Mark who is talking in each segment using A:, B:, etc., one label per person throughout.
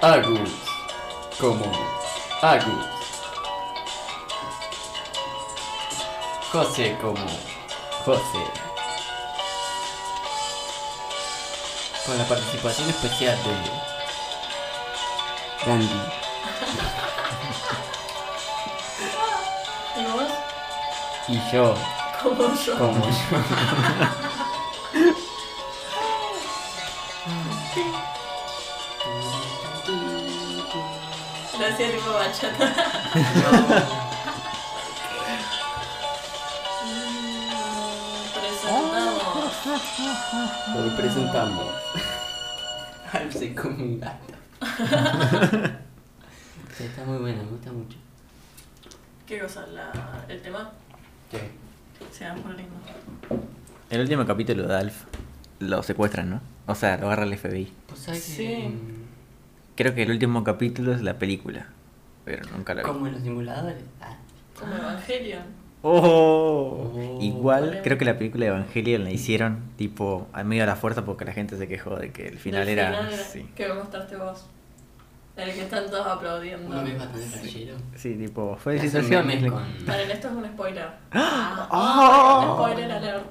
A: Agus, como Agus. José como José. Con la participación especial de Gandhi.
B: ¿Y vos?
A: Y yo,
B: Como yo.
A: como yo.
B: Lo hacía tipo bachata. Mm, Presentamos.
A: Hoy presentamos Alce como un gato. Está muy bueno, me gusta mucho.
B: ¿Qué cosa? La, ¿El tema? Se llama por lindo.
C: El último capítulo de Alf lo secuestran, ¿no? O sea, lo agarra el FBI.
A: Pues sabes que,
B: Sí.
A: mm,
C: Creo que el último capítulo es la película, pero nunca la vi.
A: Como en los simuladores. Ah.
B: Como Evangelion.
C: ¡Oh!
A: Oh.
C: Igual creo que la película de Evangelion la hicieron tipo a medio de la fuerza porque la gente se quejó de que el final
B: Del
C: era.
B: final era-
C: Sí.
B: Que me mostraste vos. El que están todos aplaudiendo.
A: Uno es bastante flashero.
C: Sí, tipo, fue de
A: Hacen
C: situación.
A: memes con-
B: Para él esto es un spoiler.
C: ¡Ah!
B: Spoiler alert.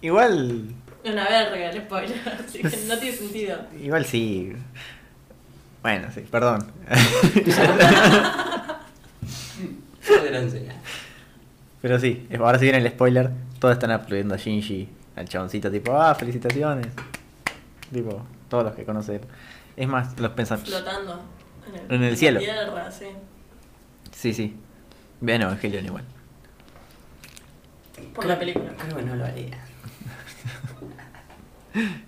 C: Igual.
B: Una verga el spoiler. Así que no tiene sentido.
C: Igual sí. Bueno, sí, perdón.
A: Podránsela.
C: Pero sí, ahora si viene el spoiler, todos están aplaudiendo a Shinji, al chaboncito, tipo, ah, felicitaciones. Tipo, todos los que conocen. Es más, los pensan.
B: Flotando.
C: En el cielo.
B: En la tierra, sí.
C: Sí, sí. Vean Evangelion igual.
B: Por la película.
A: Creo que Ah, no lo haría.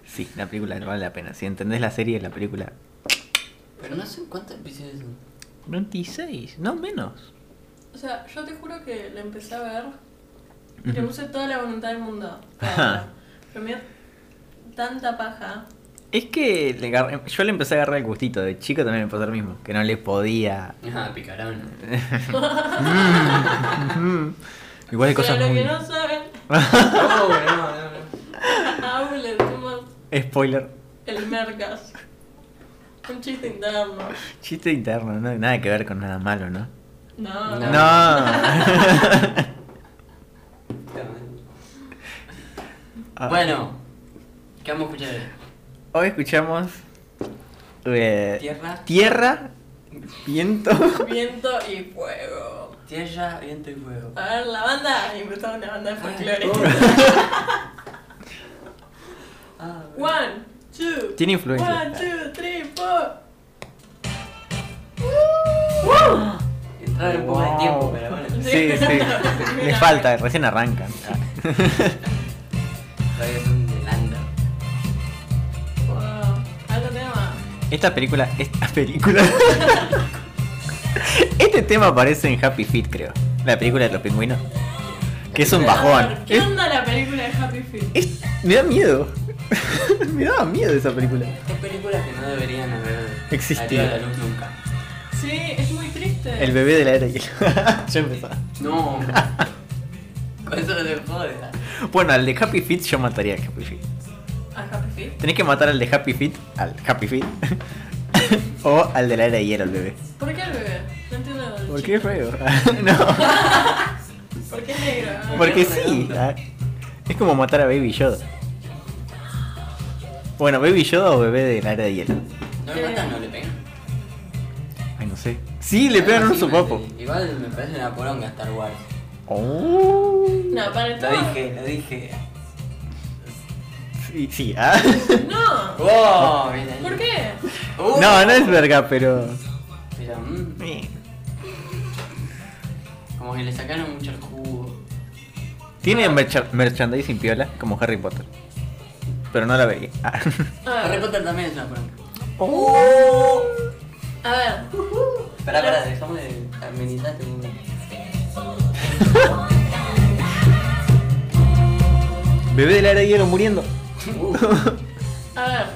C: Sí, la película vale la pena. Si entendés la serie, la película.
A: Pero no sé cuántos episodios son.
C: 26, no menos.
B: O sea, yo te juro que la empecé a ver y le
C: Ujú.
B: puse toda la voluntad del mundo.
C: Ajá.
B: Pero me dio tanta paja.
C: Es que le agarré- yo le empecé a agarrar el gustito. De chico también me pasó lo mismo. Que no le podía.
A: Ah, picarón.
C: Mm. igual hay
B: Pero
C: cosas
B: lo
C: muy.
B: que no saben,
A: No, no, no, no.
B: a Abu le decimos
C: Spoiler.
B: el mercas. Un chiste interno.
C: Chiste interno, no, nada que ver con nada malo, ¿no?
B: No,
A: No.
C: No. Ah.
A: Bueno, ¿qué vamos a escuchar?
C: Hoy escuchamos eh,
A: Tierra.
C: tierra, viento.
B: Viento y fuego.
A: Tierra, viento y fuego.
B: A ver, la banda. Inventamos una banda de folclore.
A: Ah, bueno.
B: One, two.
C: Tiene influencia.
B: One, two, three, four.
A: Entraron un poco de tiempo, pero bueno.
C: Sí, sí. Le falta, recién arrancan.
A: Todavía son de Lander.
B: Wow. Alto tema.
C: Esta película, esta película. Este tema aparece en Happy Feet, creo. La película de los pingüinos. Que es un bajón.
B: ¿Qué
C: Es-
B: onda la película de Happy Feet?
C: es- me da miedo. me daba miedo esa película.
A: Estas películas que no deberían haber
C: Existido.
A: salido a la luz nunca.
B: Sí, es muy triste.
C: El bebé de la era de hielo. Ya empezaba.
A: No. Con eso no se jode.
C: Bueno, al de Happy Feet yo mataría a Happy Feet.
B: A Happy Feet.
C: Tenés que matar al de Happy Feet, al Happy Feet, o al de la era de hielo, el bebé.
B: ¿Por qué el bebé? No entiendo. al
C: ¿Por qué
B: chico.
C: es feo? no,
B: ¿Por qué es negro? Ah,
C: porque sí. ah. Es como matar a Baby Yoda. Bueno, Baby Yoda o bebé de la era de hielo.
A: No le matan, no le pegan.
C: Ay, no sé. Sí, le pegan un
A: Sí, me-
C: sopapo.
A: Igual me parece una poronga Star Wars.
C: Oh.
B: No, para
A: Lo
B: todo.
A: dije, lo dije.
C: Sí, sí, ah.
B: No.
A: ¡Wow! Oh, Bien ahí.
B: ¿Por qué?
A: Uh.
C: No, no es verga, pero.
A: Pero, mm, como que le sacaron mucho el jugo.
C: Tiene mercha- merchandising piola como Harry Potter. Pero no la veía. Ah.
B: A
A: Harry
B: ver.
A: Potter también es una poronga.
C: Oh.
B: A ver.
A: Pará, pará, dejamos de amenizar este mundo.
C: Bebé de la era de hielo muriendo.
A: Uh,
B: A ver.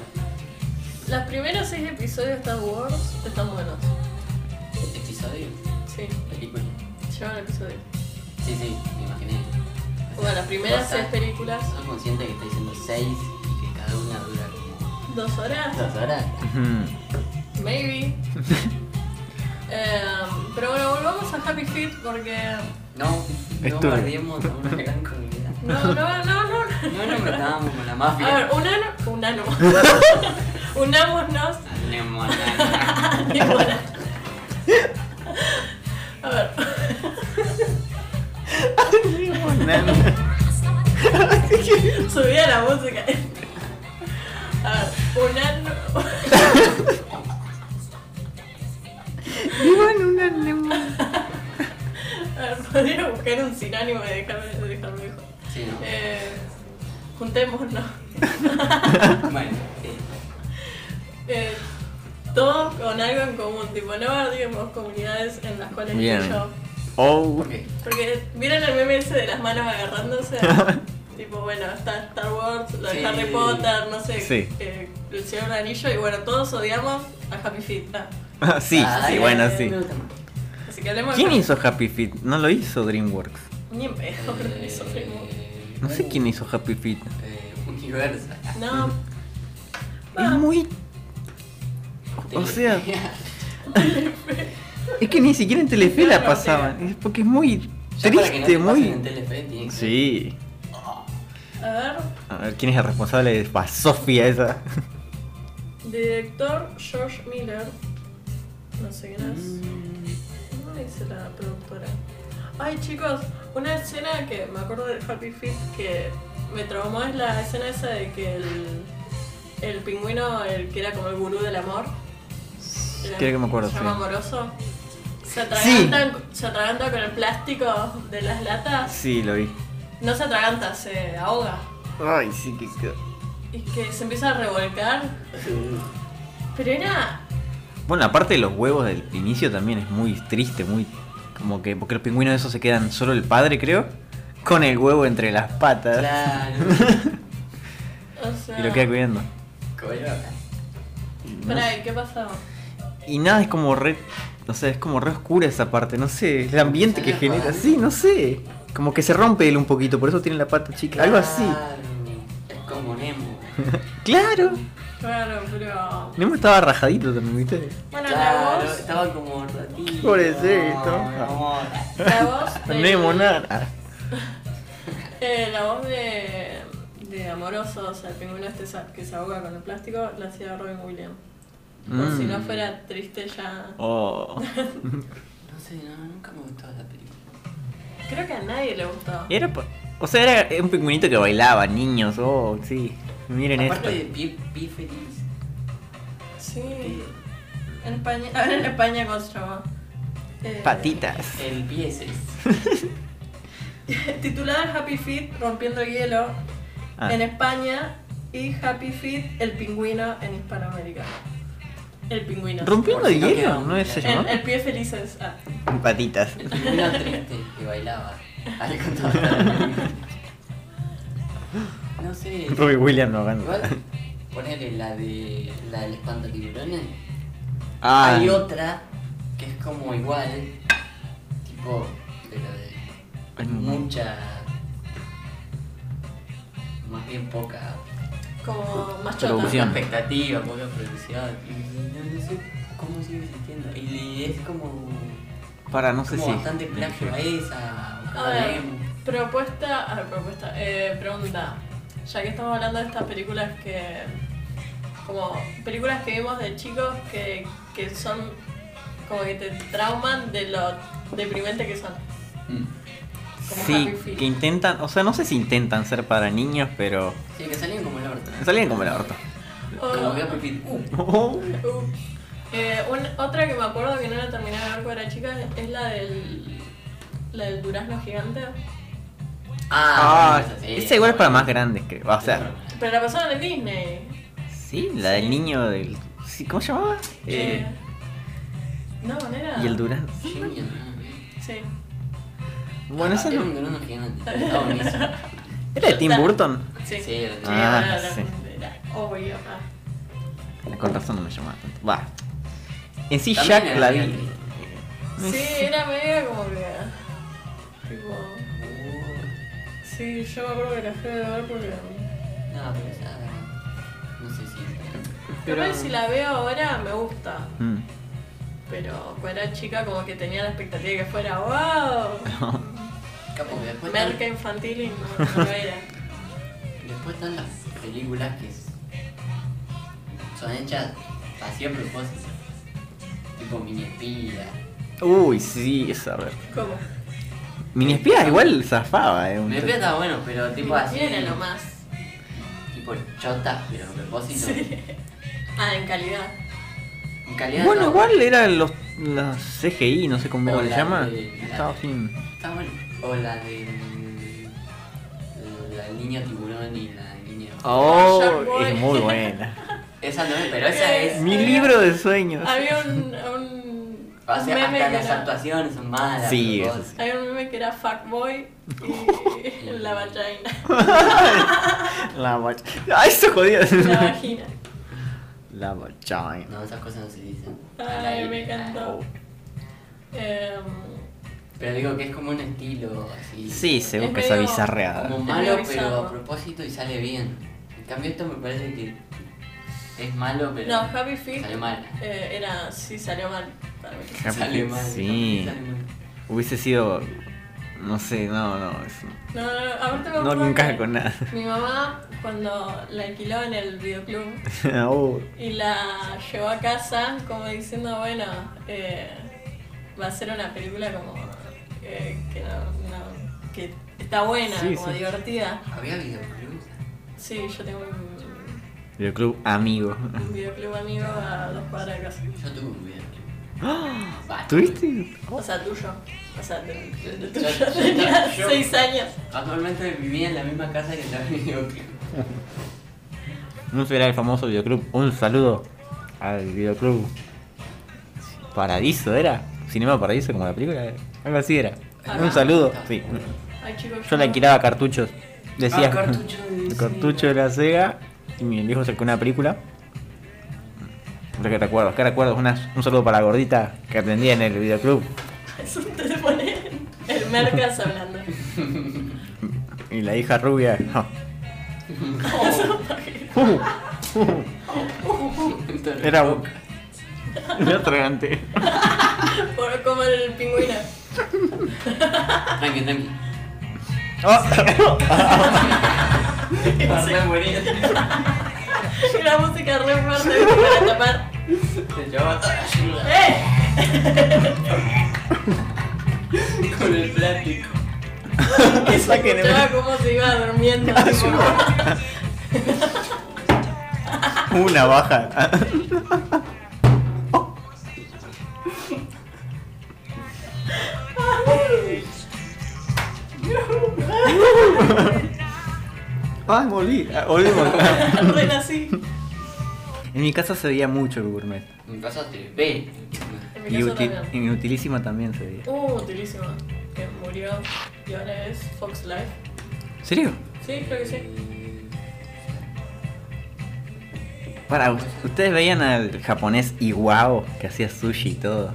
B: Los primeros seis episodios de Star Wars están buenos.
A: Este episodio,
B: Sí.
A: película.
B: Llevan el episodio.
A: Sí, sí, me imaginé.
B: Bueno, las primeras
A: Basta.
B: seis películas,
A: ¿Sos consciente que está diciendo 6 y que cada una dura como
B: dos horas,
A: dos horas?
C: Ujú.
B: maybe. Em, pero bueno, volvamos a Happy Feet porque.
A: No, no
C: Esto-
A: perdimos a una gran comunidad.
B: No, no, no, no.
A: No nos
B: no.
A: metábamos con la
B: A
A: mafia.
B: ver, unano, unano. Unámonos.
A: Tenemos
B: Y bueno. A ver. Subía la música. A ver, unano. A ver, podría buscar un sinónimo y dejarme, dejarme mejor.
A: Sí, no.
B: Eh, juntémonos.
A: Bueno, sí.
B: Eh, todos con algo en común, tipo, no digamos comunidades en las cuales
C: Bien.
B: estoy yo.
C: Oh.
A: Ok.
B: Porque vieron el meme ese de las manos agarrándose. tipo, bueno, está Star Wars, lo de
A: Sí.
B: Harry Potter, no sé,
C: Sí.
B: eh, el Señor del Anillo, y bueno, todos odiamos a Happy Feet. Ah,
C: Ah, Sí,
A: Ay,
C: sí, bueno,
A: ay,
C: sí.
A: me gusta más.
B: así que hablemos de-
C: ¿Quién hizo Happy Feet? No lo hizo DreamWorks.
B: Ni en pedo, creo que hizo Facebook.
A: Eh,
C: No sé quién hizo Happy Feet.
A: Eh, Universal.
B: No.
A: Ah.
C: Es muy. O sea, es que ni siquiera en Telefe la pasaban. Es porque es muy
A: Ya para que no te
C: triste,
A: pasen En
C: muy.
A: Telefe, tiene que-
C: Sí.
B: A ver,
C: A ver, ¿quién es el responsable de Pa- Sofía esa?
B: director George Miller. No sé quién es.
A: Mm.
B: No dice la productora. Ay, chicos, una escena que me acuerdo del Happy Feet que me traumó es la escena esa de que el, el pingüino, el que era como el gurú del amor, era-
C: Creo que me acuerdo.
B: se
C: sí.
B: llama amoroso, se
C: Sí.
B: atraganta, se atraganta con el plástico de las latas.
C: Sí, lo vi.
B: No se atraganta, se ahoga.
C: Ay, sí, que. que-
B: Y que se empieza a revolcar. Pero era.
C: Bueno, aparte de los huevos del inicio también es muy triste, muy. Como que. Porque los pingüinos esos se quedan solo el padre, creo. Con el huevo entre las patas.
A: Claro.
B: O sea.
C: Y lo queda cuidando.
A: Coloca.
C: Y no
B: Pará,
C: sé.
B: ¿y ¿qué pasaba?
C: Y nada, es como re. No sé, es como re oscura esa parte, no sé. El ambiente que
A: Sale
C: genera.
A: rodando.
C: Sí, no sé. Como que se rompe él un poquito, por eso tiene la pata chica. Algo así.
A: Claro, Es como Nemo.
C: Claro.
B: Claro, pero.
C: Nemo estaba rajadito también, ¿viste?
B: Bueno, la
A: Claro,
B: voz.
A: estaba como ratito.
C: Pobrecito.
A: mi amor.
B: La voz del-
C: Nemo, nada.
B: eh, La voz de, de Amoroso, o sea, el pingüino este sa- que se ahoga con el plástico, la hacía Robin Williams. Por
C: Mm.
B: si no fuera triste ya...
C: Oh.
A: No sé, no, nunca me gustó esa película.
B: Creo que a nadie le gustó.
C: Era, pa- o sea, era un pingüinito que bailaba, niños, oh, sí. Miren
A: Aparte de
C: esto.
A: Pi, Pi Feliz.
B: Sí. En España, ahora en España con su chavo. Eh,
C: Patitas.
A: El Pi es el-
B: Titulada Happy Feet rompiendo el hielo
C: Ah,
B: en España y Happy Feet el pingüino en Hispanoamérica. El pingüino.
C: Rompiendo el
A: Por si no
C: hielo,
A: quedó
C: ¿no es
A: bien.
C: eso?
B: El, el pie feliz es... ah.
C: Patitas.
A: El primero triste que bailaba. Ahí contaba toda la película. No sé.
C: Robbie Williams no gana.
A: Igual, ponele la de. la del espanto tiburones.
C: Ah,
A: Hay otra que es como igual. Tipo, pero de.
C: Hay
A: mucha. Más bien poca
B: como más chota.
C: Producción.
A: Poca expectativa, poca producción. Y no, no sé cómo sigue existiendo. Y es como,
C: Para, no sé
A: como
C: si.
A: bastante plagio a esa. o
B: A
A: a
B: ver,
A: Lem.
B: propuesta, ah, propuesta, eh, pregunta. Ya que estamos hablando de estas películas que, como películas que vimos de chicos que, que son como que te trauman de lo deprimente que son.
A: Mm.
B: como
C: Sí,
B: Happy Feet.
C: que intentan. O sea, no sé si intentan ser para niños, pero.
A: Sí, que salían como el orto.
C: Salían como el orto. Ah,
B: O-
A: Como que Happy Feet, uh,
B: Oh, Uh, eh, un- otra que me acuerdo que no la terminé de ver cuando era chica es la del, la del durazno gigante.
A: Ah,
C: Ah,
A: bueno, esa sí,
C: esa igual es para
A: bueno.
C: más grandes, creo. O sea,
B: Pero la pasaron en Disney.
C: sí, la del niño del. sí, ¿Cómo se llamaba? Eh,
B: Eh, no, no era.
C: y el Durán.
A: Genial.
B: Sí.
C: Bueno,
A: Ah,
C: esa
A: era
C: no.
A: un grano gigante. Estaba buenísimo.
C: ¿Era de Tim Burton?
B: Sí.
A: Sí, era-
C: Ah,
B: era- era-
C: sí.
B: era obvio. ah.
C: Con razón no me llamaba tanto. Va. En sí,
A: También
C: Jack
A: era
C: la
A: gigante.
C: vi. Mm.
B: Sí, era medio como que. Tipo.
A: Uh,
B: Sí, yo me acuerdo que la fui a ver porque.
A: No, pero esa. No sé si.
B: Pero si la veo ahora me gusta.
C: Mm.
B: Pero cuando era chica, como que tenía la expectativa de que fuera wow.
A: Capo, después. tan-
B: Merca infantil y no, no era.
A: Después están las películas que s- son hechas así a propósito. Tipo mini espía.
C: Uy, sí, esa, a ver.
B: ¿Cómo?
C: Mini espía igual zafaba, eh. un-
A: Mi espía está bueno, pero tipo así.
B: Era lo más.
A: Tipo chota, pero a propósito.
B: Sí. Ah, en calidad.
A: En calidad.
C: Bueno,
A: no.
C: igual eran los, las CGI, no sé cómo
A: O
C: se
A: la
C: llama.
A: de-
C: Estaba sin.
A: Está bueno. O la de. mm, La niña tiburón y la niña.
C: Oh,
B: Shark Boy.
C: es muy buena.
A: Esa no es, pero esa
B: Eh,
A: es.
C: Mi libro de sueños.
B: Había un. un
A: O sea,
B: meme
A: hasta
B: que
A: las
B: era-
A: actuaciones son malas. a
C: Sí,
A: propósito.
C: eso
B: Hay un meme que era fuckboy y la vagina.
C: La vagina. ¡Ah, eso jodido!
B: La vagina.
C: La vagina.
A: No, esas cosas no se dicen. al
B: Ay,
A: aire.
B: me encantó.
C: Oh.
B: Em,
A: Pero digo que es como un estilo así.
C: Sí, seguro que
B: Es
C: esa
B: medio-
A: Como
C: bizarreada.
A: malo,
B: medio
A: pero
B: bizarro.
A: a propósito y sale bien. En cambio, esto me parece que es malo, pero
B: no, Happy Feet
A: sale mal.
B: eh, era. Sí, salió mal para mí.
C: Happy
A: Sale
C: Feet,
A: mal.
C: sí.
A: sale mal.
C: Hubiese sido. No sé, no, no. es-
B: No, no, no, aparte me
C: No,
B: acuerdo
C: nunca
B: que
C: con nada.
B: Mi mamá, cuando la alquiló en el videoclub
C: Oh.
B: y la llevó a casa, como diciendo, bueno, eh, va a ser una película como. eh, que no, no- que está buena,
C: Sí,
B: como
C: sí.
B: divertida.
A: Había videoclubs.
B: Sí, yo tengo un,
C: El club amigo.
B: un videoclub amigo a dos cuadras de casa.
A: Yo tuve un videoclub. Va,
C: ¿Tuviste?
B: O sea, tuyo. O sea, de- de- de
A: Yo-
B: tuyo.
A: yo-
B: Tenía
A: yo-
B: seis años.
A: Actualmente vivía en la misma casa que estaba el videoclub.
C: No será el famoso videoclub. Un saludo al videoclub. Paradiso era. Cinema Paradiso, como la película. eh. Algo así era.
B: Ah,
C: Un saludo.
A: está.
C: Sí.
B: Ay, chicos.
C: Yo le alquilaba cartuchos. Decía.
A: Ah, cartucho de
C: el
A: Sega.
C: cartucho de la Sega. Y mi viejo sacó una película. Creo que recuerdo, que recuerdo. Una- un saludo para la gordita que atendía en el videoclub.
B: Es un teléfono. El Mercas hablando.
C: Y la hija rubia.
A: Entonces,
C: Era un. Era tragante.
B: Por como el pingüino.
A: Tranqui, tranqui. Arre, moría.
B: Y la música re fuerte para tapar.
A: Te llevaba toda la ayuda
B: ¡Eh!
A: con el plástico.
B: Y se
C: Sáquenme.
B: escuchaba cómo se iba durmiendo.
C: Ah,
B: tipo.
C: Una baja. Ah, volví. Ah, Volvimos.
B: Re así.
C: En mi casa se veía mucho el gourmet.
A: En casa te ve.
B: En mi
C: Y
B: caso
C: uti-
B: también.
C: y utilísima también se veía.
B: Uh, utilísima. Que murió y ahora es Fox Life.
C: ¿En serio?
B: Sí, creo que sí.
C: Para, ¿ustedes veían al japonés Iwao que hacía sushi y todo?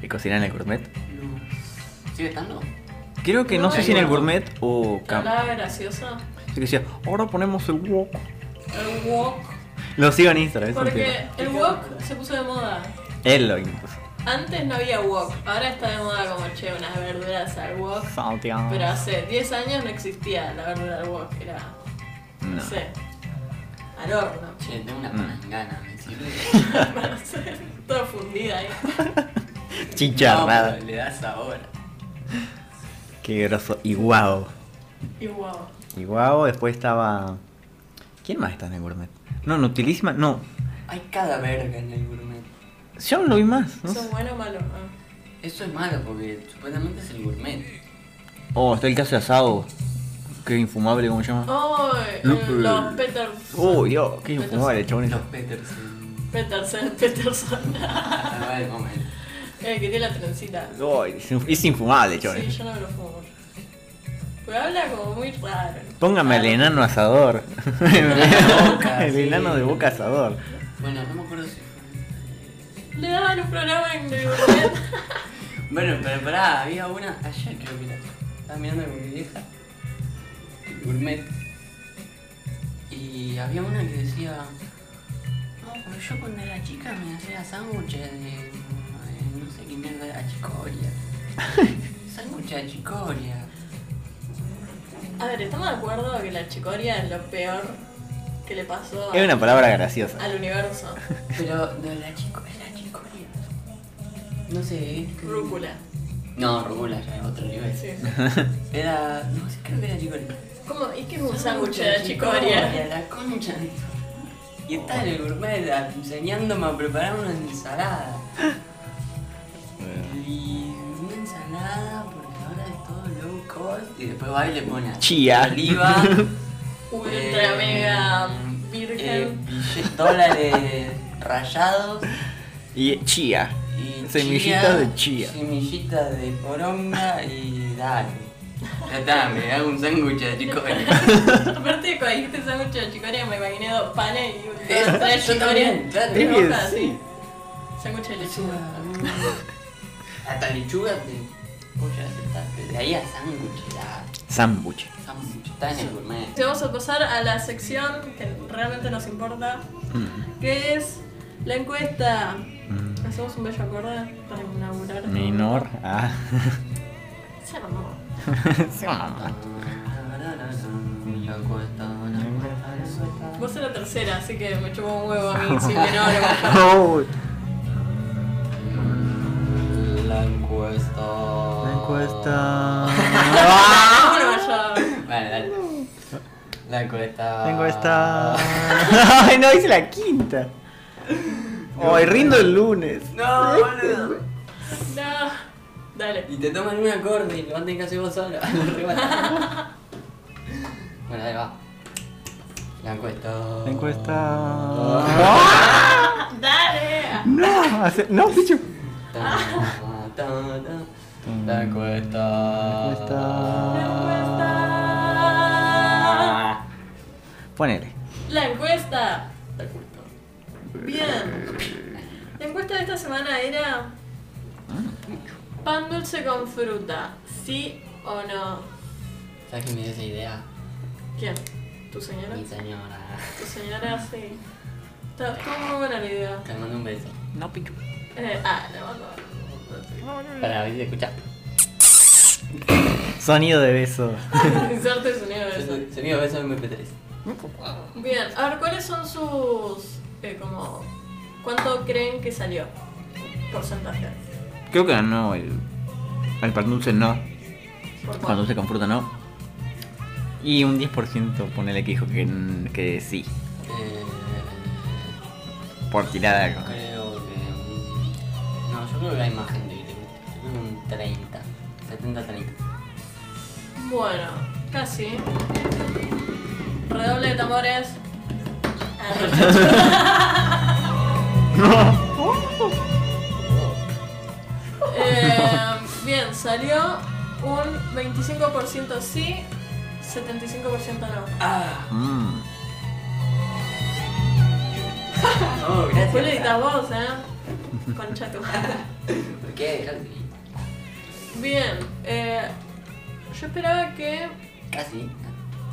C: Que cocinaba en el gourmet.
A: No. ¿Sigue estando?
C: Creo que no,
B: No,
C: sé si en el
B: Iwao.
C: gourmet o...
B: Que
C: cam-
B: hablaba graciosa.
C: Así que decía, ahora ponemos el wok
B: el wok.
C: Lo sigo en Instagram, es un
B: Porque
C: tema.
B: el wok se puso de moda.
C: Él lo impuso.
B: Antes no había wok, ahora está de moda como che, unas verduras al wok.
C: Santiago.
B: Pero hace 10 años no existía la verdura del wok, era, no,
C: No.
B: sé, al horno.
A: Che, tengo una
C: Mm.
A: panangana, ¿me sirve?
B: Para hacer todo fundida ahí.
A: No,
C: Chicharrada.
A: pero le das ahora.
C: Qué groso. Y guau.
B: Y wow.
C: Y guau, después estaba. ¿Quién más está en el gourmet? No, Nutilísima. No.
A: Hay cada verga en el gourmet.
C: Yo no lo vi más. ¿no?
B: ¿Eso es bueno o malo? Ah.
A: Eso es malo porque supuestamente es el gourmet.
C: Oh, está el caso de asado. Qué infumable, ¿cómo se llama?
B: Oh,
C: Lupe.
B: los Peters.
C: Oh, Dios, qué infumable, chabón. ese.
A: Los Peterson.
B: Peterson, Peterson.
A: Ah, vale, momento.
B: El que tiene la trencita.
C: Oh, es inf- es infumable, chabón.
B: Sí, yo no me lo fumo. Pero habla como muy raro.
C: Póngame al
B: Raro.
C: enano asador.
A: de boca,
C: el
A: sí.
C: enano de boca asador.
A: Bueno, no me acuerdo si fue.
B: Le daban un programa en el gourmet.
A: Bueno, pero pará, había una ayer creo que era. Estaba mirando con mi vieja. el Gourmet. Y había una que decía. No, pero yo cuando era chica me hacía sándwiches de. de no sé qué mierda era chicoria. sándwiches de chicoria.
B: A ver, estamos de acuerdo que la chicoria es lo peor que le pasó a-
C: Es una palabra graciosa.
B: al universo.
A: Pero de la chico, de la chicoria. No sé. es que-
B: Rúcula.
A: No, rúcula ya es otro nivel.
B: Sí.
A: Era. No sé, creo que era chicoria.
B: ¿Cómo? ¿Y qué es un sándwich de chicoria?
A: La concha. Y está en el gourmet enseñándome a preparar una ensalada. Y una ensalada porque ahora es todo low cost. Y después va y le pone
C: Chía.
A: oliva.
B: Ultra
A: eh,
B: mega
A: eh,
B: virgen.
A: bille- dólares rayados.
C: Y chía.
A: Y
C: Semillitas
A: chía,
C: de chía.
A: Semillitas de poronga y dale. Ya está, me hago un sándwich de chicoria.
B: Aparte, cuando dijiste sándwich de chicoria, me imaginé dos panes y un
A: Eh,
B: dos, tres
A: yo también,
B: chicorias.
A: claro.
B: De
C: Sí,
B: hoja,
C: sí.
B: sí. Sándwich de lechuga.
A: Hasta lechuga te. Vos ya aceptaste. De ahí a sándwich, la
C: Sándwich.
A: sándwich está en el gourmet.
B: Sí, Vamos a pasar a la sección que realmente nos importa,
C: Mm.
B: que es la encuesta. Hacemos un bello acorde para inaugurar.
C: Menor. Ah.
B: Se armó.
C: Sí,
A: Ah,
C: mamá.
B: Vos sos la tercera, así que me chupó un huevo a mí. Si no, no me bajaba.
C: Oh,
A: La encuesta.
C: la encuesta.
B: Ah, no me bajaba.
A: Vale, dale. La encuesta.
C: La encuesta. Ay, no, hice la quinta. Ay, rindo el lunes.
A: No, boludo.
B: No. Dale.
A: Y te toman un acorde y lo van a tener que hacer vos solo. Lo rebatan. bueno, dale, va. La encuesta.
C: La encuesta.
B: Ah, Dale.
C: No, hace- no, bicho.
A: Ta, ta, ta. La encuesta.
C: La Ah.
B: encuesta.
C: Ponele.
B: La encuesta. Bien. La encuesta de esta semana era. Pan dulce con fruta, ¿sí o no?
A: ¿Sabes quién me dio esa idea?
B: ¿Quién? ¿Tu señora?
A: Mi señora.
B: Tu señora, sí. Está- Estuvo muy buena la idea.
A: Te mando un beso.
C: No, picho.
B: Eh, ah, le mando.
A: Para ver si escuchas.
C: Sonido de beso.
B: Inserte sonido de eso.
A: Sonido de beso MP3.
B: Bien, a ver, ¿cuáles son sus. eh, como. ¿Cuánto creen que salió? Porcentaje.
C: Creo que ganó el. El pan dulce no.
B: ¿Por
C: Pan
B: cuánto?
C: dulce con fruta no. Y un 10% ponele que dijo que, que sí.
A: Eh,
C: Por tirada.
A: creo
C: con-
A: que. un- No, yo creo que hay más gente que te gusta. Yo creo que un 30. 70-30.
B: Bueno, casi. Redoble de tambores. Eh, bien, salió un 25% sí, 75% no.
A: Ah,
C: Mm.
A: no, Oh, gracias.
B: Fue lo editas vos, ¿eh? Concha tu madre.
A: ¿Por qué dejaste?
B: Bien, eh, yo esperaba que,
A: Casi.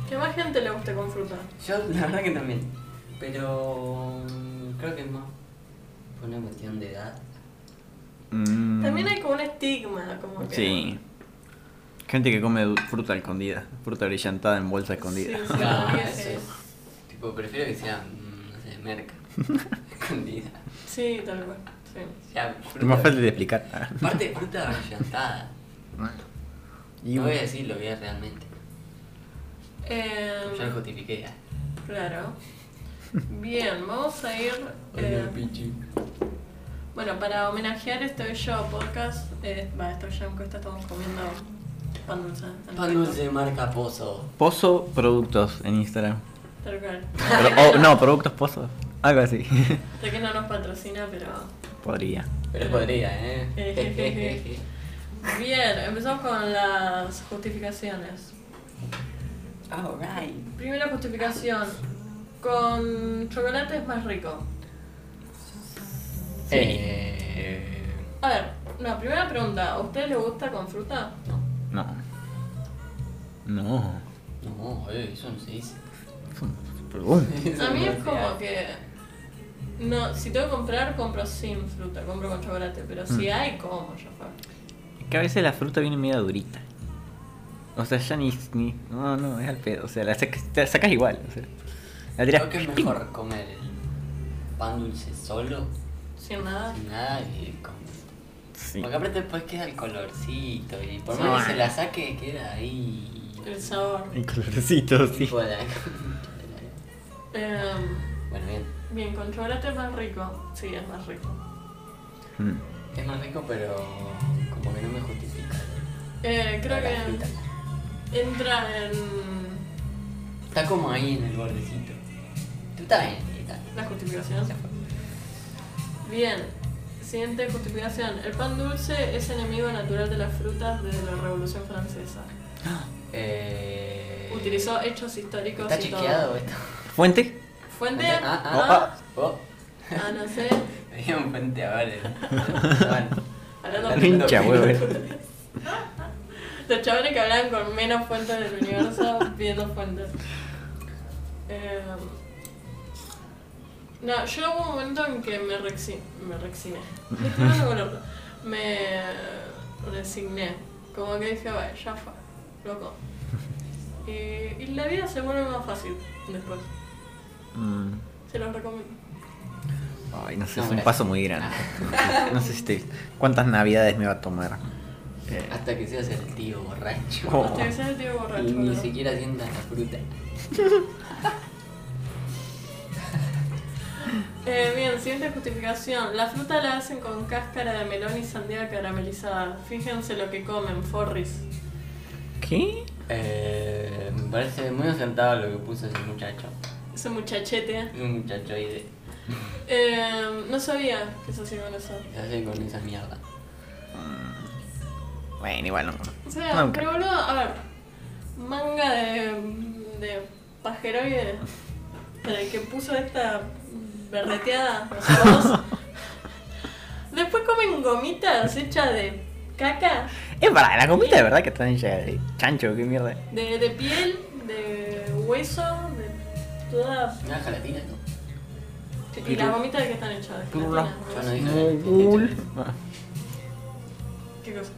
B: que más gente le guste con fruta.
A: Yo, la verdad que también. Pero mm, creo que es más por una cuestión de edad.
C: Mm.
B: También hay como un estigma, como que.
C: Sí. Gente que come du- fruta escondida, fruta brillantada en bolsa escondida.
B: Sí, sí,
A: Ah,
B: también es-
A: sí. Tipo, prefiero que sea, mm, no sé, merca. Escondida.
B: sí, tal cual. Sí.
A: O sea,
C: Es más
A: fruta,
C: fácil de explicar.
A: parte fruta brillantada.
C: Y
A: No voy
C: bueno,
A: a decir lo que es realmente.
B: Em,
A: Ya lo justifiqué. ah.
B: claro. Bien, vamos a ir. eh, bueno, para homenajear este bello podcast, eh, va, esto ya aunque estamos comiendo pan dulce. en
A: Pan
B: efecto.
A: dulce marca Pozo.
C: Pozo Productos en Instagram.
B: Tal cual.
C: Pero- oh, no, Productos Pozo. Algo así.
B: Sé que no nos patrocina, pero.
C: Podría.
A: Pero ¿eh? podría, ¿eh?
B: Ejejeje. Bien, empezamos con las justificaciones.
A: Ah, Alright.
B: Primera justificación: con chocolate es más rico.
C: Sí.
A: Eh,
B: A ver, no, primera pregunta: ¿a ustedes les gusta con fruta? No.
C: No. No.
A: no, eh, eso no se dice.
C: Es una pregunta.
B: A mí es como que. No, si tengo que comprar, compro sin fruta, compro con chocolate, pero
A: Mm.
B: si hay, como, ya fue.
C: Que a veces la fruta viene media durita. O sea, ya ni. ni- no, no, es al pedo. O sea, la sacas, te la sacas igual. O sea, la tiras.
A: Creo que es mejor comer el pan dulce solo,
B: Sin nada.
A: sin nada y con.
C: Sí.
A: Porque aparte después queda el colorcito y por
B: Sí.
A: más que se la saque queda ahí.
B: El sabor.
C: El colorcito, sí.
A: Tipo de la-
B: Em,
A: Bueno, bien.
B: bien, con chocolate es más rico. Sí, es más rico.
C: Mm.
A: Es más rico, pero como que no me justifica.
B: Eh, creo
A: La fruta.
B: que. Entra en
A: Está como ahí en el bordecito. Tú está bien, está.
B: la justificación. Bien, siguiente justificación. El pan dulce es enemigo natural de las frutas desde la Revolución Francesa.
A: Eh...
B: Utilizó hechos históricos
A: Está
B: y
A: chequeado
B: todo.
A: esto.
C: Fuente.
B: Fuente.
A: Ah,
B: Ah,
A: ah, oh.
B: ah, no sé.
A: Tenía un puente a ver. eh.
B: Hablando
C: La hincha,
B: de-
C: huevo. eh.
B: Los chavales que hablan con menos fuentes del universo viendo fuentes. Eh, no, yo hubo un momento en que me resigné. Me resigné. Me estoy hablando con el orto. Me resigné. Como que dije, vaya, ya fue. Loco. Y, y la vida se vuelve más fácil después.
C: Mm.
B: Se los recomiendo.
C: Ay, no sé,
A: No,
C: es un
A: gracias.
C: paso muy grande. No sé si te. ¿Cuántas navidades me va a tomar? Eh,
A: Hasta que seas el tío borracho.
C: Oh.
B: Hasta que sea el tío borracho.
A: Y ni
B: boludo.
A: siquiera sientas la fruta.
B: Eh, bien, siguiente justificación. La fruta la hacen con cáscara de melón y sandía caramelizada. Fíjense lo que comen, forris.
C: ¿Qué?
A: Eh, me parece muy acertado lo que puso ese muchacho.
B: Ese muchachete.
A: Un muchacho ahí de.
B: Eh, no sabía que se hacía con eso.
A: ¿Qué hace con esa mierda?
C: Bueno, igual no.
B: O sea,
C: Nunca.
B: pero boludo, a ver. Manga de, de pajeroide. Para el que puso esta berreteada. o sea, vos. Después comen gomitas hechas de caca,
C: Es para la comida de verdad que están hechas de eh. chancho, qué mierda.
B: de, de piel, de hueso, de toda
A: Una gelatina, ¿no?
B: Y las gomitas de qué están hechas, de
C: Turra.
A: Yo
B: gelatina, ¿no?
A: no este dije.
C: Mogul. Ah,
B: ¿Qué cosa?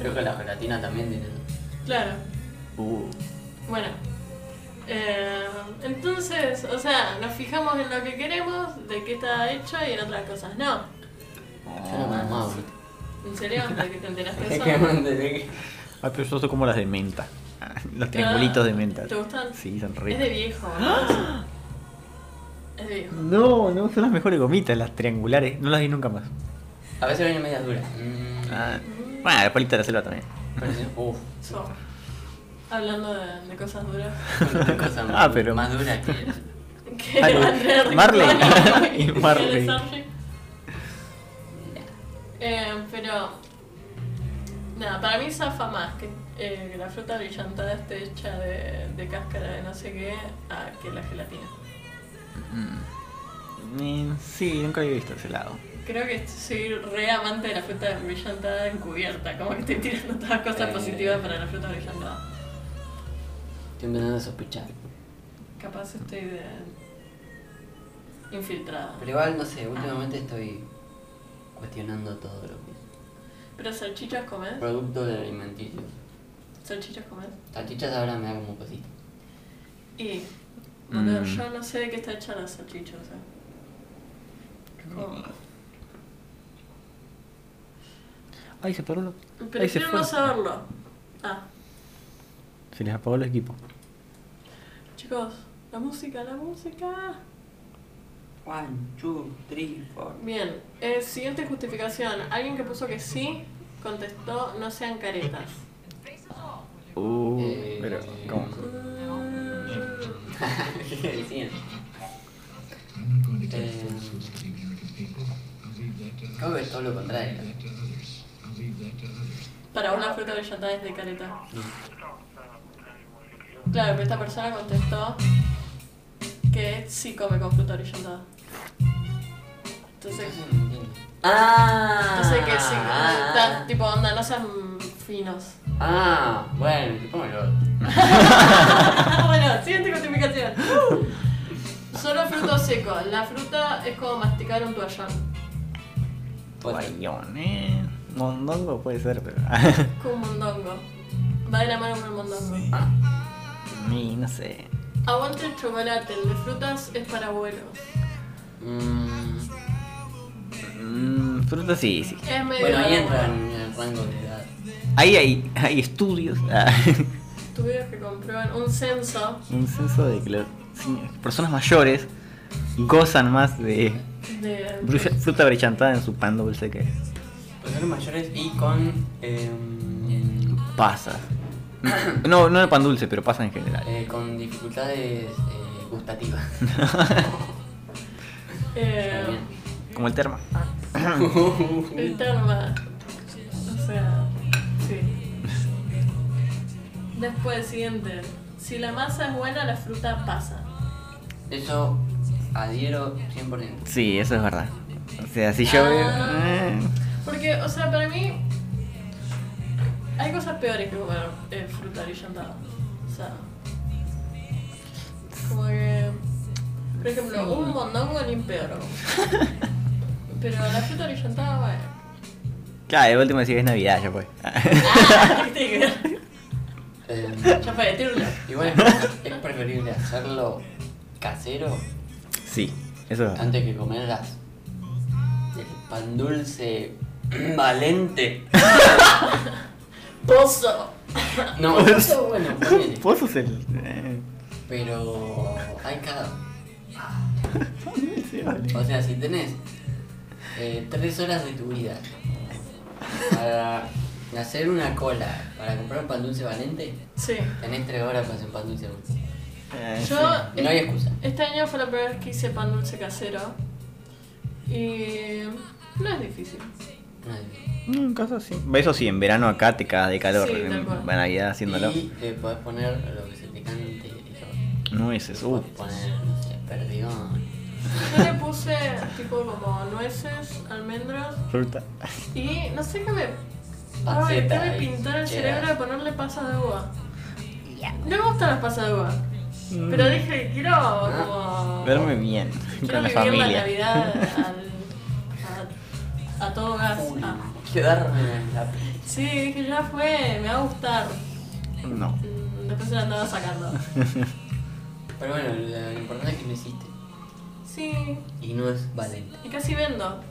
A: Mm. Creo que la gelatina también tiene.
B: Claro,
C: Uh.
B: bueno. Eh, entonces, o sea, nos fijamos en lo que queremos, de qué está hecho y en otras cosas. No,
A: Yo no me mamaba fruta.
B: ¿en serio? ¿De que te enteraste de
A: Es
B: eso?
A: que me enteré que-
C: Ay, pero yo soy como las de menta. Ah, Los triangulitos de menta.
B: ¿Te gustan?
C: Sí, son
B: Es de
C: ricos.
B: viejo,
A: ¡Ah!
B: ¿no? Es de viejo.
C: No, no, son las mejores gomitas, las triangulares. No las vi nunca más.
A: A veces viene media dura. Mm.
C: Ah, bueno, la palita de la selva también.
A: Pero sí, uff.
B: So, hablando de, de cosas duras.
A: cosa
C: Ah, pero-
A: más dura que el-
B: Que
C: Ay,
B: Andrea
C: Ah, Marley.
B: Riccoli-
C: Y
B: que
C: Marley.
B: Sargent. Eh, pero. Nada, para mí zafa más que, eh, que la fruta brillantada esté hecha de, de cáscara de no sé qué a que la gelatina.
C: Mm, Sí, nunca había visto ese lado.
B: Creo que soy re amante de la fruta brillantada encubierta, como que estoy tirando todas las cosas
A: Eh.
B: positivas para la fruta brillantada.
A: Estoy empezando a sospechar.
B: Capaz estoy de. infiltrada.
A: Pero igual, no sé, últimamente estoy cuestionando todo lo que es.
B: Pero salchichas comes,
A: Productos alimenticios.
B: salchichas comes.
A: Salchichas ahora me da como cosita.
B: Y. Bueno,
C: Mm.
B: yo no sé de qué está hecha la salchicha, o sea. Como-
C: Ay, se paró. lo- Ahí se
B: Prefiero
C: fue.
B: no saberlo. Ah,
C: Se les apagó el equipo.
B: chicos, la música, la música.
A: One, two, three, four.
B: Bien, eh, siguiente justificación. Alguien que puso que sí contestó no sean caretas.
C: Uh,
A: Eh,
C: pero, ¿cómo?
B: Mm,
A: ¿Qué decían? Eh, creo que es todo lo contrario.
B: Para una fruta bellota es de careta. Claro, pero esta persona contestó que sí come con fruta brillantada. Entonces,
A: Ah,
B: entonces que sí,
A: Ah,
B: ta- tipo onda, no sean finos.
A: ah, bueno, tipo el otro.
B: bueno, siguiente justificación. Uh. Solo frutos secos. La fruta es como masticar un toallón.
A: Bueno,
C: Guayón, eh. Mondongo puede ser, pero. ah,
B: Como un mondongo. Va de la mano con el mondongo.
C: Ni, no sé.
B: Aguante el chocolate. El de frutas es para abuelos.
A: mm,
C: Mm, fruta sí, sí.
B: Es medio.
A: bueno, ahí entra en el rango de edad.
C: Ahí hay, hay estudios. ah,
B: Tuvieron que comprueban un censo
C: un censo de que las personas mayores gozan más de
B: de.
C: bruja- fruta brechantada en su pan dulce que
A: Personas mayores y con. Eh, en-
C: pasas. No, no el pan dulce, pero pasas en general.
A: eh, con dificultades eh, gustativas.
B: eh,
C: Como el terma.
B: el terma. O sea. Sí. Después, siguiente. Si la masa es buena, la fruta pasa.
A: Eso adhiero 100%.
C: Sí, eso es verdad. O sea, si yo veo.
B: Ah.
C: eh,
B: Porque, o sea, para mí hay cosas peores que comer eh, fruta brillantada. O sea, como que, por ejemplo, un mondongo ni peor. Pero la fruta brillantada, bueno.
C: Claro, de último decís es Navidad, ya fue.
B: Ah, ¿qué tiene que ver?
A: Eh,
B: ya fue, tíralo.
A: igual es, es preferible hacerlo casero
C: Sí, eso es verdad.
A: antes que comer las. el pan dulce valente.
B: Pozo.
A: No, eso bueno, ponele.
C: Vos sos el. eh,
A: Pero hay cada.
C: pan dulce, vale.
A: O sea, si tenés eh, tres horas de tu vida para hacer una cola, para comprar un pan dulce valente,
B: Sí.
A: tenés tres horas para hacer pan dulce valente.
C: Eh,
B: Yo.
C: sí.
A: No hay excusa.
B: Este año fue la primera vez que hice pan dulce casero. Y. No es difícil.
A: No hay-
C: No, en casa sí. Mm, Eso sí, en verano acá te cagas de calor.
B: Sí, tal
C: en
B: cual.
C: Navidad haciéndolo.
A: Y le podés poner lo que se te cante. Yo.
C: Nueces, uh.
A: Podés poner, no sé, perdigón.
B: Yo le puse tipo como nueces, almendras
C: Fruta.
B: y no sé qué me. Ay, qué
A: Panceta
B: me
A: y
B: pintó en el
A: cheddar.
B: cerebro de ponerle pasas de uva. No me gustan las pasas de uva.
C: Mm.
B: Pero dije, quiero
A: Ah.
B: como.
C: Verme bien
B: quiero
C: con la
B: vivir
C: familia.
B: la Navidad al, a, a todo gas.
A: Uy,
B: Ah,
A: Quedarme en la piel.
B: Sí, dije, ya fue, me va a gustar.
C: No.
B: Mm, Después se la andaba sacando.
A: Pero bueno, lo, lo importante es que lo hiciste.
B: Sí,
A: Y no es valente.
B: y casi vendo.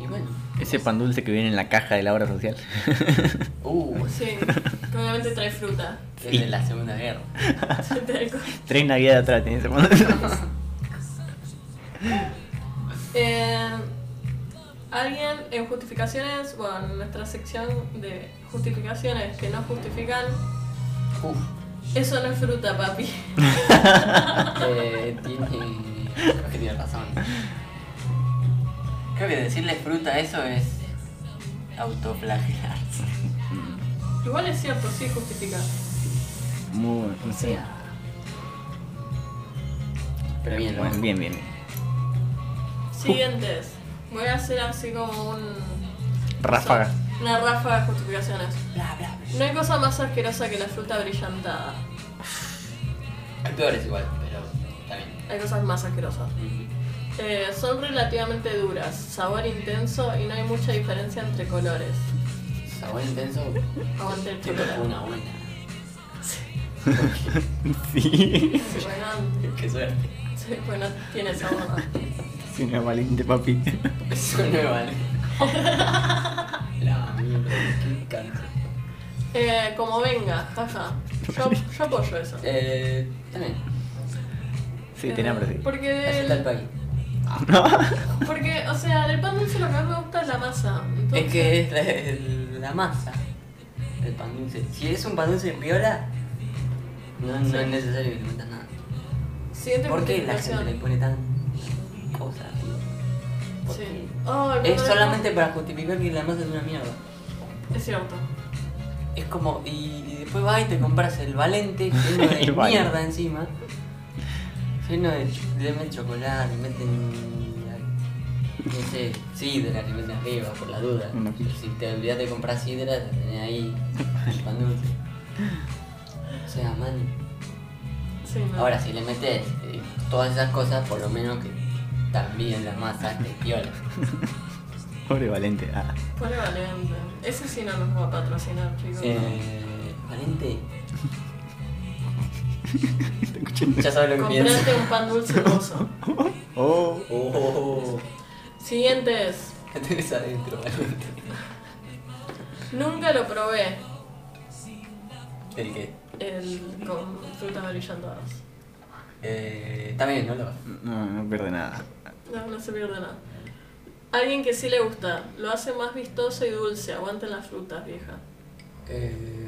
A: Y bueno.
C: Ese pan dulce que viene en la caja de la obra social.
A: Uh,
B: Sí, que obviamente trae fruta.
A: es de la Segunda Guerra.
B: Tal cual.
C: Tres navidades atrás tenés ese pan dulce.
B: Eh, Alguien en justificaciones, bueno, en nuestra sección de justificaciones que no justifican,
A: Uf,
B: eso no es fruta, papi.
A: eh, tiene. Creo que tiene razón. Creo que decirle fruta a eso es. autoflagelarse.
B: Igual es cierto, sí justifica.
C: Muy. no sé.
A: Pero bien, lo
C: Bueno,
A: mismo.
C: bien, bien.
B: Siguientes. Voy a hacer así como un.
C: Ráfaga.
B: Una ráfaga de justificaciones.
A: Bla, bla, bla.
B: No hay cosa más asquerosa que la fruta brillantada.
A: peores igual, pero está bien.
B: Hay cosas más asquerosas. Eh, son relativamente duras, sabor intenso y no hay mucha diferencia entre colores.
A: Sabor intenso.
B: Aguante el
A: Te tocó
B: chocolate.
A: una buena.
C: Sí.
B: Sí, bueno,
A: Qué suerte.
B: sí, bueno, tiene sabor.
C: Sí, una valiente papi.
A: Eso no vale. La mierda, qué cáncer.
B: Eh, como venga, jaja. Yo, yo apoyo eso. Eh,
A: Eh, también.
C: Sí, tenía hambre, sí.
B: Porque,
A: Así está el país.
B: porque, o sea, del pan dulce lo que más me gusta es la masa. Entonces,
A: Es que es la, el- la masa. El pan dulce. Si es un pan dulce viola, no, no es necesario que le metas nada.
B: siguiente
A: ¿Por qué la gente
B: multiplicación.
A: le pone tan cosas, tío? ¿Por qué?
B: Sí. Ay,
A: Es
B: cuando-
A: solamente para justificar que la masa es una mierda.
B: Es cierto.
A: Es como, y, y después vas y te compras el valente lleno de
C: El Valente.
A: mierda encima. Lleno de ch- le meten chocolate, le meten. la- No sé, sidra, le meten arriba, por la duda.
C: Una pizza.
A: Si te olvidas de comprar sidra, la tenés ahí el pan dulce. O sea, man.
B: Sí, no.
A: Ahora, si le metes eh, todas esas cosas, por lo menos que también la masa te piola.
C: Pobre Valente. Ah.
B: Pone valiente. Ese sí no nos va a patrocinar, chicos.
A: Eh, valente,
C: Está escuchando.
A: ya sabes lo que pienso.
B: Comprate un pan dulce hermoso.
C: Oh.
A: Oh,
B: Siguiente es.
A: ¿qué tenés adentro, valente?
B: Nunca lo probé.
A: ¿El qué?
B: El con frutas brillantadas.
A: Eh, está bien, no lo
C: No, no pierde nada.
B: No, no se pierde nada. Alguien que sí le gusta, lo hace más vistoso y dulce. Aguanten las frutas, vieja.
A: eh,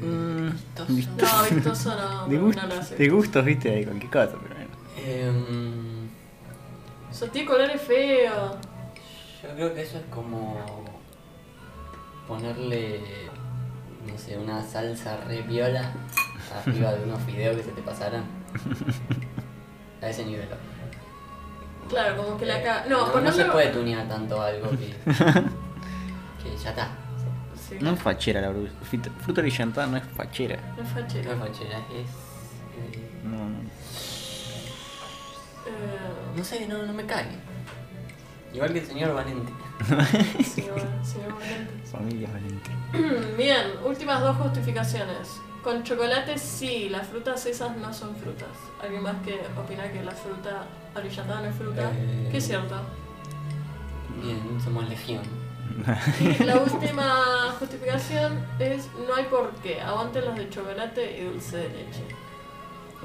C: Mm,
A: vistoso.
C: vistoso.
B: No, vistoso no,
C: De,
B: no,
C: gust-
B: no lo hace.
C: de gustos, viste, hay cualquier cosa, pero bueno.
A: Em,
B: Eso tiene colores feos.
A: yo creo que eso es como ponerle, no sé, una salsa re viola arriba de unos fideos que se te pasaran. A ese nivel.
B: Claro, como que la ca...
A: no,
B: No,
A: Eh, no,
B: ponerle...
A: se puede tunear tanto algo que, que ya está.
B: Sí,
C: No es fachera la verdura. Fit- Fruta brillantada no es fachera.
B: no es
A: No
B: fachero.
A: es fachera, es... eh,
C: No, no.
B: Eh,
A: no sé, no, no me cae. Igual que el señor Valente.
B: señor, señor Valente.
C: Familia Valente.
B: Bien, últimas dos justificaciones. Con chocolate sí, las frutas esas no son frutas. Alguien más que opina que la fruta brillantada no es fruta,
A: Eh.
B: que es cierto.
A: Bien, somos legión.
B: Y la última justificación es no hay por qué. Aguanten los de chocolate y dulce de leche.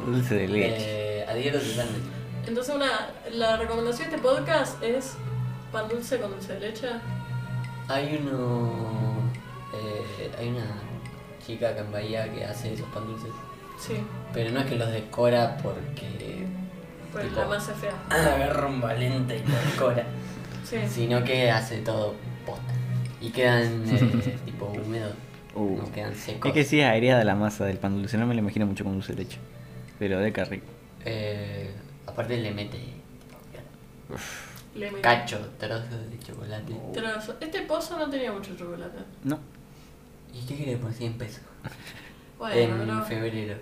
C: Dulce de leche.
A: Eh, adhiero totalmente.
B: Entonces una, la recomendación de este podcast es pan dulce con dulce de leche.
A: Hay uno. eh, hay una chica acá en Bahía que hace esos pan dulces.
B: Sí,
A: Pero no es que los decora porque.
B: pues
A: Tipo.
B: la masa es fea.
A: agarra un valente y los decora.
B: Sí.
A: Sino que hace todo posta. Y quedan eh, tipo húmedos.
C: Uh.
A: No quedan secos.
C: Es que sí es aireada la masa del pan dulce. No me la imagino mucho con dulce de leche. Pero de carrico.
A: Eh, aparte le mete
B: Le metí
A: cacho, trozos de chocolate.
C: Uh.
B: trozo. Este pozo no tenía mucho chocolate.
C: No.
A: ¿Y qué quiere por 100 pesos?
B: Bueno,
A: en
B: pero-
A: febrero.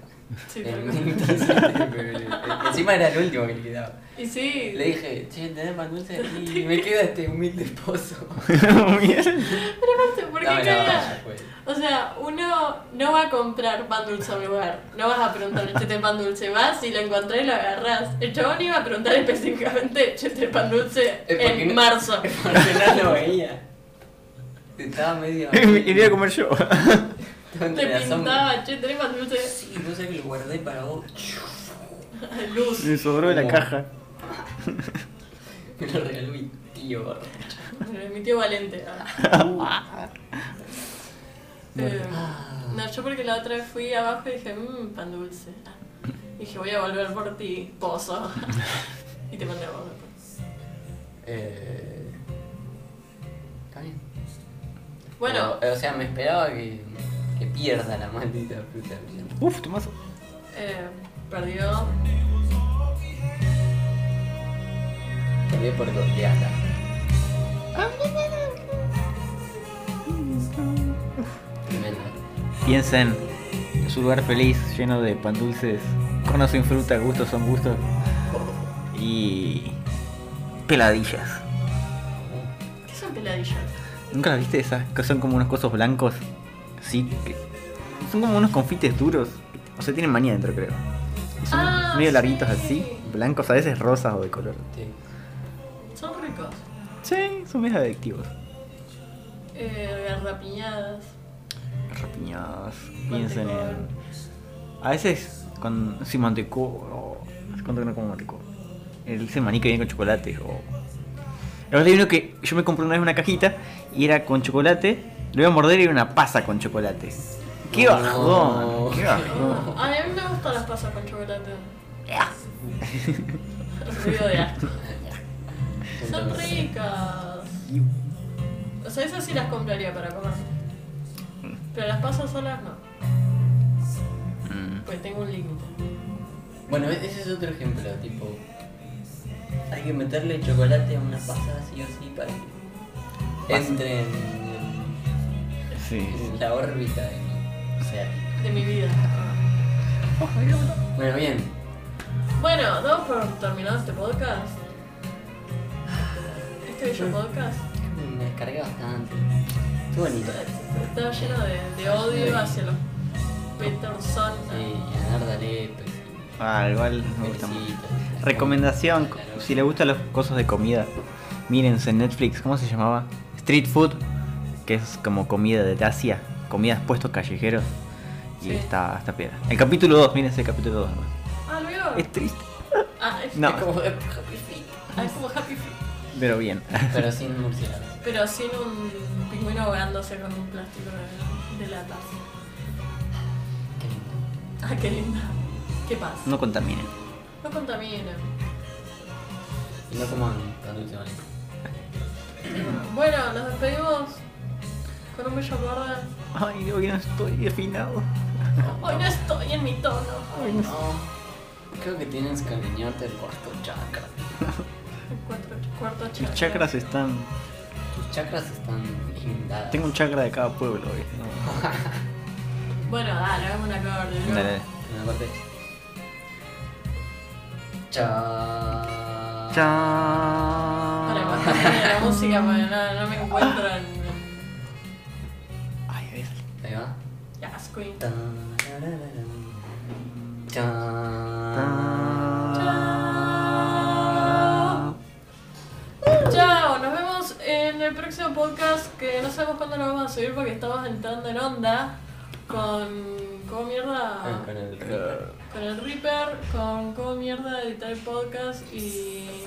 B: Sí,
A: En
B: tal cual.
A: 17 de febrero. Encima era el último que le quedaba.
B: Y sí,
A: Le dije, che, tenés pan dulce y me queda este humilde pozo.
B: pero aparte, ¿por qué
A: Dame la
B: cagar?
A: valla, pues.
B: O sea, uno no va a comprar pan dulce a un lugar. No vas a preguntar, ¿este es pan dulce? Vas y lo encontrás y lo agarrás. El chabón iba a preguntar específicamente, ¿este es pan dulce?
A: Es porque
B: En
A: no-
B: marzo.
A: Porque no lo veía. Estaba medio.
C: Iría a comer yo.
A: Estaba entre
B: Te
A: la sombra.
B: pintaba, che, ¿tenés pan dulce?
A: Sí, no sé que lo guardé para vos.
B: Luz.
C: Me sobró de la
A: No.
C: caja.
A: Me lo regaló mi tío borracho.
B: Mi tío Valente. ah. Eh, no, yo porque la otra vez fui abajo y dije, mmm, pan dulce. Ah. Dije, voy a volver por ti, pozo. y te mandé a vos después.
A: Eh. Está bien.
B: Bueno,
A: Pero, eh, o sea, me esperaba que, que pierda la maldita fruta.
C: Uf, Tomás.
B: Eh, perdió.
A: Perdí por goleada. Tremendo.
C: Piensen. Es un lugar feliz, lleno de pan dulces Conos sin fruta, gustos son gustos. Y. Peladillas.
B: ¿Qué son peladillas?
C: ¿Nunca las viste esas? Que son como unos cosos blancos. Sí. que- Son como unos confites duros. O sea, tienen maní adentro, creo. Y Son
B: Ah,
C: medio larguitos
B: sí.
C: así. Blancos, a veces rosas o de color.
A: Sí.
B: Son ricos.
C: Sí, son medio adictivos.
B: Eh, garrapiñadas.
C: Rapiñadas. Piensen en.
B: Mantecón.
C: A veces con. Sí, manteco. Hace cuánto que no como manteco. El ese maní que viene con chocolate. O... La verdad hay uno que yo me compré una vez una cajita y era con chocolate. Lo iba a morder y era una pasa con chocolate. ¡Qué
A: No.
C: bajón! ¡Qué
B: Ah,
C: bajón!
B: Ay, a mí me gustan las pasas con chocolate. Ruido de asco. Son
A: Entonces,
B: ricas. O sea, esas sí las compraría para comer. Pero las pasas solas no,
C: Mm.
B: porque tengo un límite.
A: Bueno, e-, ese es otro ejemplo, tipo. Hay que meterle chocolate a una pasada sí o sí para que
C: Pasa.
A: entre en,
C: Sí.
A: en la órbita de mi ser.
B: De mi vida.
A: Bueno, bien.
B: Bueno, damos por terminado este podcast. Este bello podcast
A: Me descargué bastante. Qué bonito.
B: estaba lleno de, de odio hacia los Peterson.
A: Sí, Leonardo Lépez.
C: Ah, igual me gusta mucho. Recomendación, si le gustan las cosas de comida, mírense en Netflix, ¿cómo se llamaba? Street Food, que es como comida de Asia, comidas puestos callejeros. Y
B: Sí.
C: está, está piedra. El capítulo 2, mírense el capítulo 2. ¿no?
B: Ah, ¿lo vieron?
C: Es triste,
B: Ah, es,
C: No.
A: Es como de Happy Feet,
B: ah, es como Happy Feet,
C: pero bien.
A: pero sin murciélago.
B: pero sin un pingüino ahogándose con un plástico de, de la taza.
A: Qué lindo.
B: Ah, qué linda. Qué paz.
C: No contaminen.
B: No contaminen.
A: Y no coman pan dulce de leche.
B: Bueno, nos despedimos con un bello acorde.
C: Ay, no, hoy no estoy afinado.
B: Hoy no estoy en mi tono.
C: Ay, no.
A: No, creo que tienes que alinearte el cuarto chakra.
B: Cuarto, cuarto
C: Mis
B: chakra.
C: chakras están.
A: Tus chakras están blindadas.
C: Tengo un chakra de cada pueblo hoy. ¿no?
B: Bueno, dale, hagamos un acorde. ¿no?
C: Dale, dale.
A: En la parte. Cha.
B: Para
C: Chao.
B: bajarme la música, porque no, no me encuentro en. en-
C: Ay, ahí salió.
A: Ahí va.
B: Qué asco. y-
A: Tarararán. Cha.
B: Chao. Chao, nos vemos en el próximo podcast que no sabemos cuándo lo vamos a subir porque estamos entrando en onda con. ¿Cómo mierda?
A: Ah, Con el
B: Con el Reaper, con cómo mierda editar el podcast y.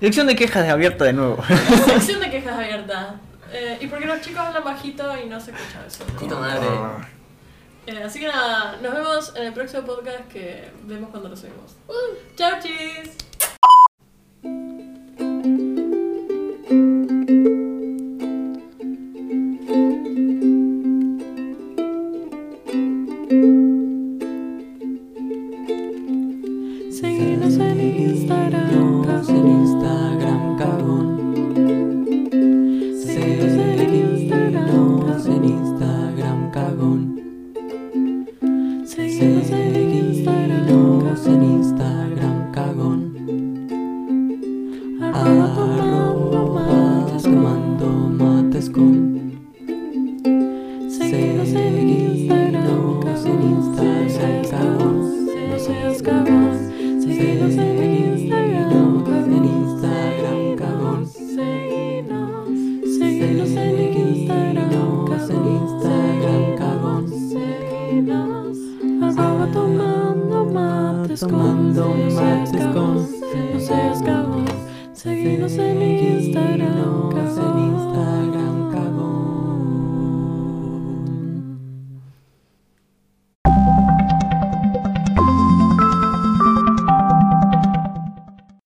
C: Dirección de quejas de abierta de nuevo.
B: Sección de quejas abierta. Eh, y porque los chicos hablan bajito y no se escucha eso.
A: Puta madre.
B: Eh, así que nada, nos vemos en el próximo podcast que vemos cuando lo subimos. Uh, ¡Chao, chis!
D: Seguinos en Instagram,
E: Seguinos en Instagram, cagón.
D: Seguinos en Instagram,
E: Seguinos en Instagram, cagón.
D: seguinos en
E: Seguinos
D: Instagram,
E: en Instagram, cagón.
D: arroba tomando
E: Arroba
D: mates con.
E: tomando mates con.
D: Seguinos en Instagram,
E: Seguinos en Instagram, cagón.
D: no seas cabrón. Seguinos en Instagram,
E: Seguinos en Instagram, cagón.
D: Seguinos, seguinos en Instagram,
E: Seguinos en Instagram, cagón.
D: Seguinos, arroba tomando mates con.
E: Tomando mates con.
D: No seas cabrón. Seguinos en Instagram,
E: Seguinos en Instagram,